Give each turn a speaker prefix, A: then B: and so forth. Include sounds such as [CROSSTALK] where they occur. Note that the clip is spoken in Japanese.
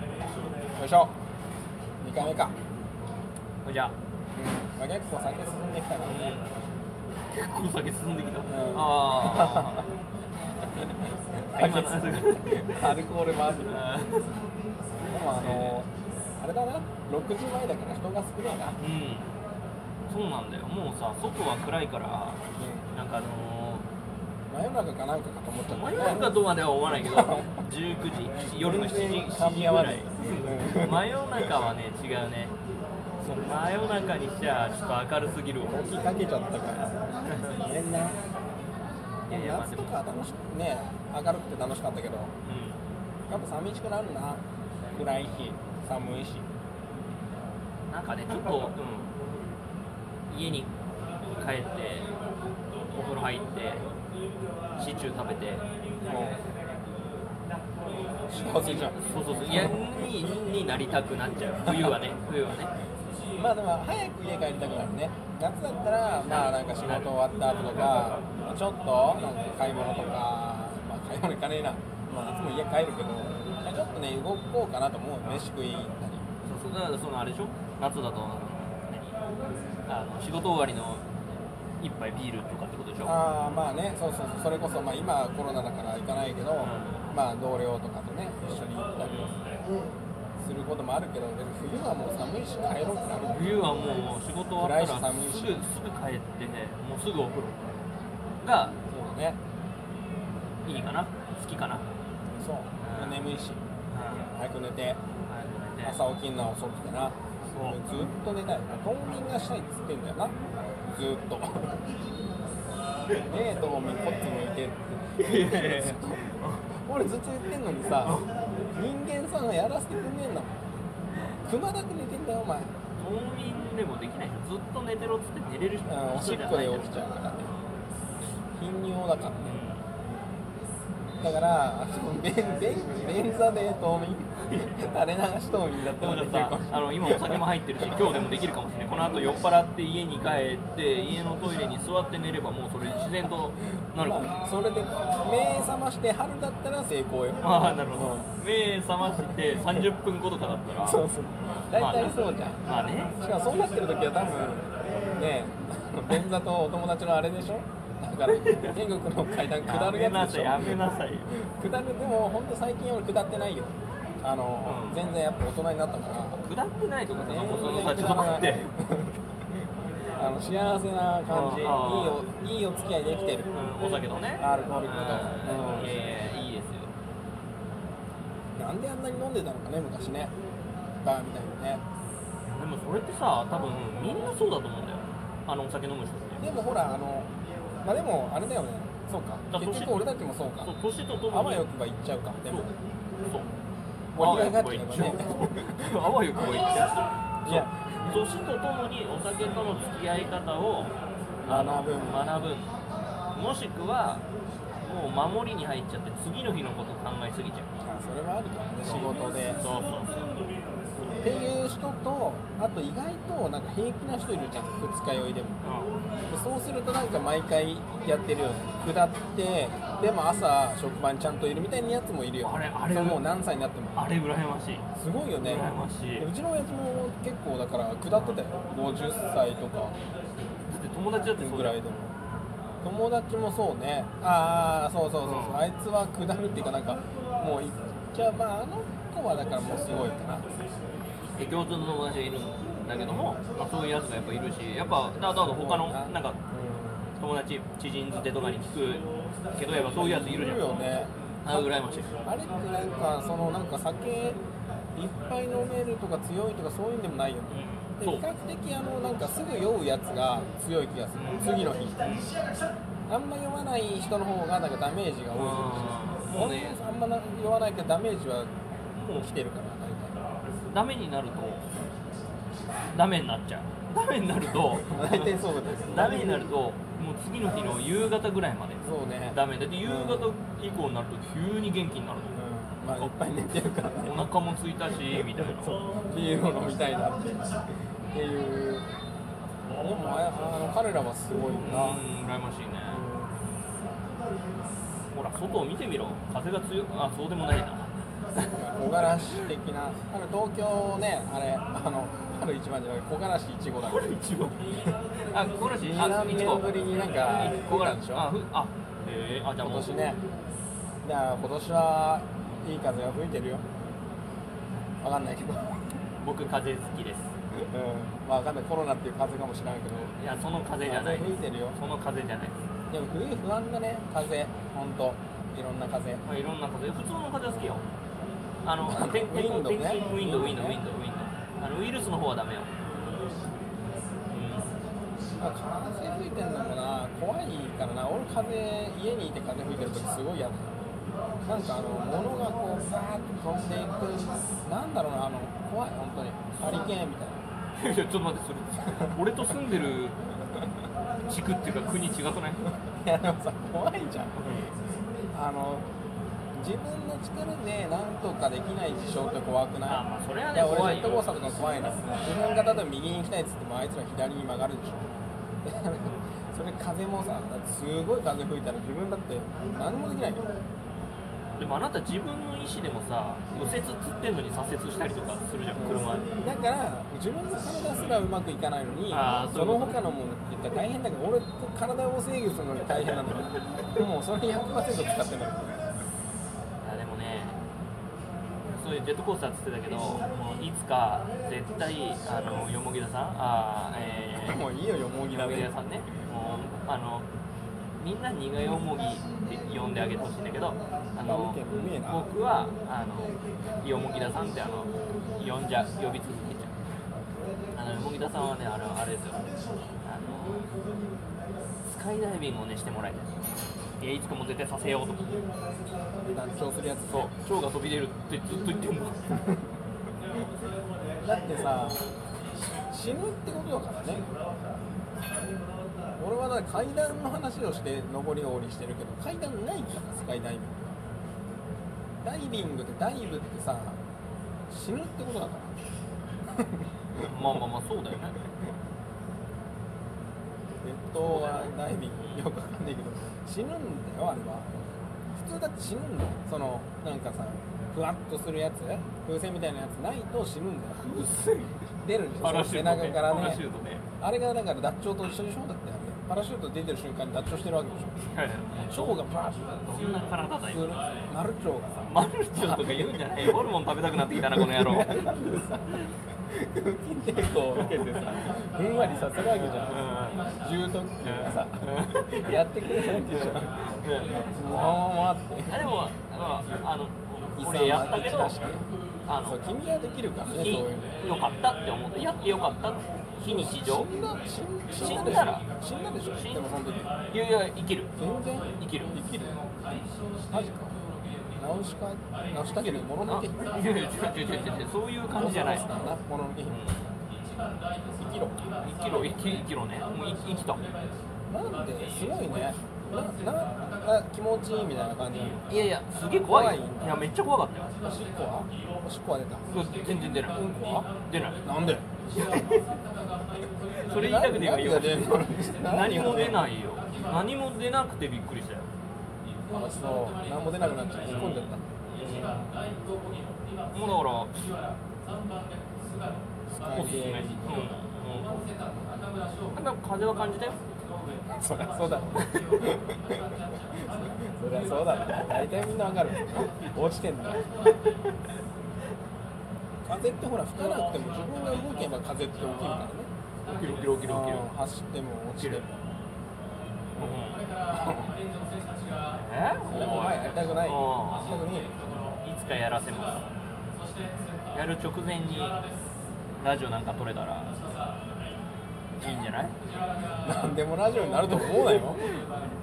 A: よいしょ2回目か、
B: ほいじゃ
A: まあ、結構酒進んできたからね
B: 結構酒進んできた、
A: ん
B: ああ [LAUGHS]
A: 酒進んでアルコール回しでもあのあれだな6時前だから人が少ないな、うん、
B: うんそうなんだよもうさ外は暗いからなんかあの
A: 真夜中かなんかかと思っちゃ
B: ー、
A: った
B: 真夜中とまでは思わないけど [LAUGHS] 19時夜の7時7時ぐらい
A: うん
B: 真夜中はね違うねそう真夜中にしちゃちょっと明るすぎるわ
A: 起きかけちゃったからごめんな夏とかは楽しくね明るくて楽しかったけどや
B: う
A: っぱ寂しくなるな暗い日寒いし
B: んなんかねちょっと、うん、家に帰ってお風呂入ってシチュー食べて
A: もう幸せじゃん
B: そうそうそういやにになりたくなっちゃう冬はね冬はね
A: まあでも早く家帰りたくなるね夏だったらまあなんか仕事終わった後とかちょっとなんか買い物とか、まあ、買い物行かねえな、まあ、いつも家帰るけどちょっとね動こうかなと思う飯食いに行ったり
B: そうそうだからそのあれでしょ夏だと何あの仕事終わりの一杯ビールとかってことでしょ
A: ああまあねそうそうそうそれこそ、まあ、今コロナだから行かないけど、
B: ん
A: まあ同僚とかとね一緒に行ったりすることもあるけどでも冬はもう寒いしな入ろうかなもう
B: 冬はもう仕事終わったら
A: 暗いし寒いし
B: すぐすぐ帰ってねもうすぐお風呂が
A: そうだね
B: いいかな好きかな、
A: そう眠いし
B: うん
A: 早く寝て
B: 早く寝て
A: 朝起きんのは遅くてな
B: そう
A: ずっと寝たい冬眠がしたいっつってんだよなずっ
B: [LAUGHS]
A: とねえ冬眠こっち向いてって
B: いやいやいや
A: 俺ずっと言ってんのにさ人間さんがやらせてくんねえんだもん熊だく寝てんだよお前
B: 冬眠でもできないずっと寝てろっつって寝れる人
A: うん、おしっこで起きちゃうからね頻尿だからねだ
B: [LAUGHS]
A: からあの便便便座で冬眠垂れ流し冬眠だっ
B: で
A: た
B: も
A: ら
B: で
A: できるかもしれな
B: もさ
A: い
B: あの今お酒も
A: [LAUGHS]
B: 入ってるし今日でもできるかもしれないこの後酔っ払って家に帰って家のトイレに座って寝ればもうそれ自然となるかも
A: まあそれで目覚まして春だったら成功よ
B: ああなるほど目覚まして30分後とかだったら
A: そうそう大体そうじゃん、
B: まあね
A: しかもそうなってる時は多分ねえ便座とお友達のあれでしょだから天国の階段下る
B: やめ
A: や
B: な
A: つ
B: さ
A: で
B: い
A: しょ
B: やめなさいよ
A: 下るでも本当最近俺下ってないよあの、
B: うん
A: 全然やっぱ大人になったから
B: 下ってないとかさもうそのさちょっと待って
A: [LAUGHS] あの幸せな感じいい
B: あ
A: おいいお付き合いできてる
B: うんお酒のね
A: アルコールとか
B: うんいやいやいいですよ
A: なんであんなに飲んでたのかね昔ねバーみたいにね
B: でもそれってさ多分みんなそうだと思うんだよあのお酒飲む人って
A: でもほらあのまあでもあれだよねそうか
B: だ
A: 結局俺たちもそうか
B: そう年とと
A: あ
B: も
A: わ
B: に
A: よくば行っちゃうかでも
B: そう
A: 盛り上がっちゃえばね
B: あわよくば言っちゃ
A: いや
B: う年とともにお酒との付き合い方を
A: 学ぶ
B: 学ぶもしくはもう守りに入っちゃって次の日のこと考えすぎちゃう
A: それはあるからね仕事で
B: そうそうそう
A: っていう人とあと意外となんか平気な人いるじゃん二日酔いでも
B: う
A: でそうするとなんか毎回やってるよね下ってでも朝職場にちゃんといるみたいなやつもいるよ
B: あれあれ
A: そもう何歳になっても
B: んあれ羨ましい
A: すごいよね
B: 羨ましいう
A: ちの親父も結構だから下ってたよ50歳とか
B: だって友達だってそう
A: ぐ
B: だ
A: ら
B: よ
A: いでも友達もそうねああそうそうそうそう、
B: うん
A: あいつは下るっていうかなんかもういっちゃうまああの子はだからもうすごいかな
B: で共通の友達がいるんだけども、まあ、そういうやつがやっぱいるしやっぱだから他のなんか友達知人づてとかに聞くけどやっぱそういうやつい
A: い
B: るじゃ
A: る
B: ん
A: よね
B: あれ羨ましい
A: あれってなんかそのなんか酒いっぱい飲めるとか強いとかそういうんでもないよね
B: う
A: で
B: ん
A: 比
B: そう
A: 較的あのなんかすぐ酔うやつが強い気がする次の日あんま酔わない人の方がなんかダメージが多い
B: もうね
A: あんまな酔わないけどダメージは
B: もう
A: 来てるから大
B: ダメになるとダメになっちゃうダメになる
A: [LAUGHS]
B: と
A: 体大体そうだけど
B: ダメになるともう次の日の夕方ぐらいまで
A: そうね
B: ダメだって夕方以降になると急に元気になる
A: うんまあいっぱい寝てるからね
B: のお腹も空いたしみたいな
A: ビールを飲みたいなってっていうでもああの彼らはすごいよ
B: う
A: な、
B: ん羨ましいねほら外を見てみろ風が強くあそうでもないな
A: 木枯らし的なあの東京ねあれあの春一番じゃなくて木枯らし一号だから [LAUGHS]
B: あ、小嵐、
A: 2
B: あ、
A: 何
B: いつこ
A: 年ぶりになんか
B: 小
A: 出た
B: 嵐
A: んでしょ
B: あ、ふあ、えー、あ、じゃあ
A: 今
B: もう
A: 年ねだから今年はいい風が吹いてるよわかんないけど、うん、
B: 僕風好きです。
A: まあわかんないコロナっていう風かもしれないけど
B: いや、その風じゃないで
A: 吹いてるよ
B: す。その風じゃないです。
A: でも冬不安だね風本当いろんな風
B: まあ、いろんな風、普通の風は好きよ。あの、天気、天
A: ウ
B: 気、
A: ィンドウね
B: ウィンドウ、ウィンドウ、ウィンドウ、ウィンドウ。あの、ウイルスの方はダメよ。
A: あ風吹いてんのかな怖いからな俺風家にいて風吹いてる時すごい嫌だなんかあの物がこうバーッと飛んでいくなんだろうなあの怖い本当にハリケーンみたいない
B: [LAUGHS] や、ちょっと待って、それ、俺と住んでる地区っていうか国違くない
A: いやでもさ怖いじゃんあの自分の力でなんとかできない事象って怖くない
B: あ、まあ、それはいね
A: や、俺
B: 怖
A: ジェット
B: い
A: コース。
B: よ
A: ターとか怖いな自分が例えば右に行きたいっつってもあいつら左に曲がるでしょ [LAUGHS] それ風もさすごい風吹いたら自分だって何もできないよ
B: でもあなた自分の意思でもさ、右折っつってんのに左折したりとかするじゃん、車に。
A: だから自分の体すらうまくいかないのに
B: あー
A: その他のものって言ったら大変だから俺体を制御するのに大変なんだよもうそれ100%使ってんだよ
B: いやでもねそういうジェットコースターっつってたけどもういつか絶対あのよもぎださんあーえー
A: もういいよよもぎ
B: よ
A: だ
B: もぎ
A: ね
B: ださんねもうあのみんなにがよもぎって呼んであげてほしいんだけどあの
A: あ見てうめえな
B: 僕はあのよもぎださんってあの呼んじゃ呼び続けちゃうあのよもぎださんはねあのあれですよあのスカイダイビングをねしてもらいたいいやいつかも絶対させようと思って
A: 団長するやつ
B: そう、蝶が飛び出るってずっと言ってんの。
A: だってさ死ぬってことだからね俺はだから階段の話をして上り下りしてるけど階段ないからスカイダイビングダイビングってダイブってさ死ぬってことだから
B: まあまあまあ、そうだよね。
A: 熱湯はダイビングよくわかんないけど死ぬんだよあれは普通だって死ぬんだよそのなんかさふわっとするやつ風船みたいなやつないと死ぬんだよ
B: うっ
A: 出るんでしょ
B: パ
A: その
B: ラシュ
A: 背
B: ート
A: 中
B: ね。
A: から
B: パラ
A: ね
B: シュートね。
A: あれがだからダチョウと一緒でしょだってあれパラシュート出てる瞬間にダチョウしてるわけでし
B: はいはい
A: ょ蝶がブラッと
B: どんな体だ
A: す
B: よ
A: る。マルチョウがさ
B: マルチョウとか言うんじゃないよ。ホルモン食べたくなってきたな、この野郎。うん
A: 空気抵抗を受けてさふんわりさせるわけじゃん重篤っていうかさやってくれないでしょもう待って
B: あでも、あのあの、俺
A: 遺産
B: やった
A: は
B: け
A: 出
B: ど
A: だして、
B: あ
A: そう
B: の、
A: 君はできるからねそう
B: いい
A: いうの
B: よかったって思って、やってよかった。非日常。
A: 死んだ死ん
B: 死
A: 死ん
B: んだ
A: だ
B: ら
A: ら死んだでしょ
B: 死ん
A: でもその時
B: いやいや、生きる。
A: 全然
B: 生きる。
A: 生きるマジか直しか直したけどものの
B: あ
A: け姫
B: いやいや、違う違う違う違う、そういう感じじゃない。
A: なもののけ姫生きろ
B: 生きろ、生き生きろね。もう生き生きた。
A: なんですごいねななあ気持ちいいみたいな感じなの
B: いやいや、すげえ怖いよ。
A: 怖いんだ
B: いや、めっちゃ怖かったよ。
A: おしっこはおしっこは出た
B: そう全然出ない。
A: うんこは
B: 出ない。
A: なんで
B: それ言いたくて今言わない何も出
A: い
B: ないよ。何も出なくてびっくりしたよ。
A: あそう何も出なくなっちゃう引っ込んじゃった
B: もう
A: ス
B: だか
A: カ
B: ら、
A: イ
B: おすすめ。うん。
A: ゲ
B: うん、なんか風は感じたよ。
A: ーそりゃそうだ [LAUGHS] ろそりゃそうだろ大体みんなわかる落ちてんだ風ってほら吹かなくても自分が動けば風って起きるからね
B: 起きる起きる起きる起きる。
A: うん走っても落 [LAUGHS] ちても
B: うんえ
A: それは怖いやりたくないや
B: うん
A: りたくない
B: いつかやらせます。やる直前にラジオなんか撮れたらいいんじゃない
A: 何でもラジオになると思うなよ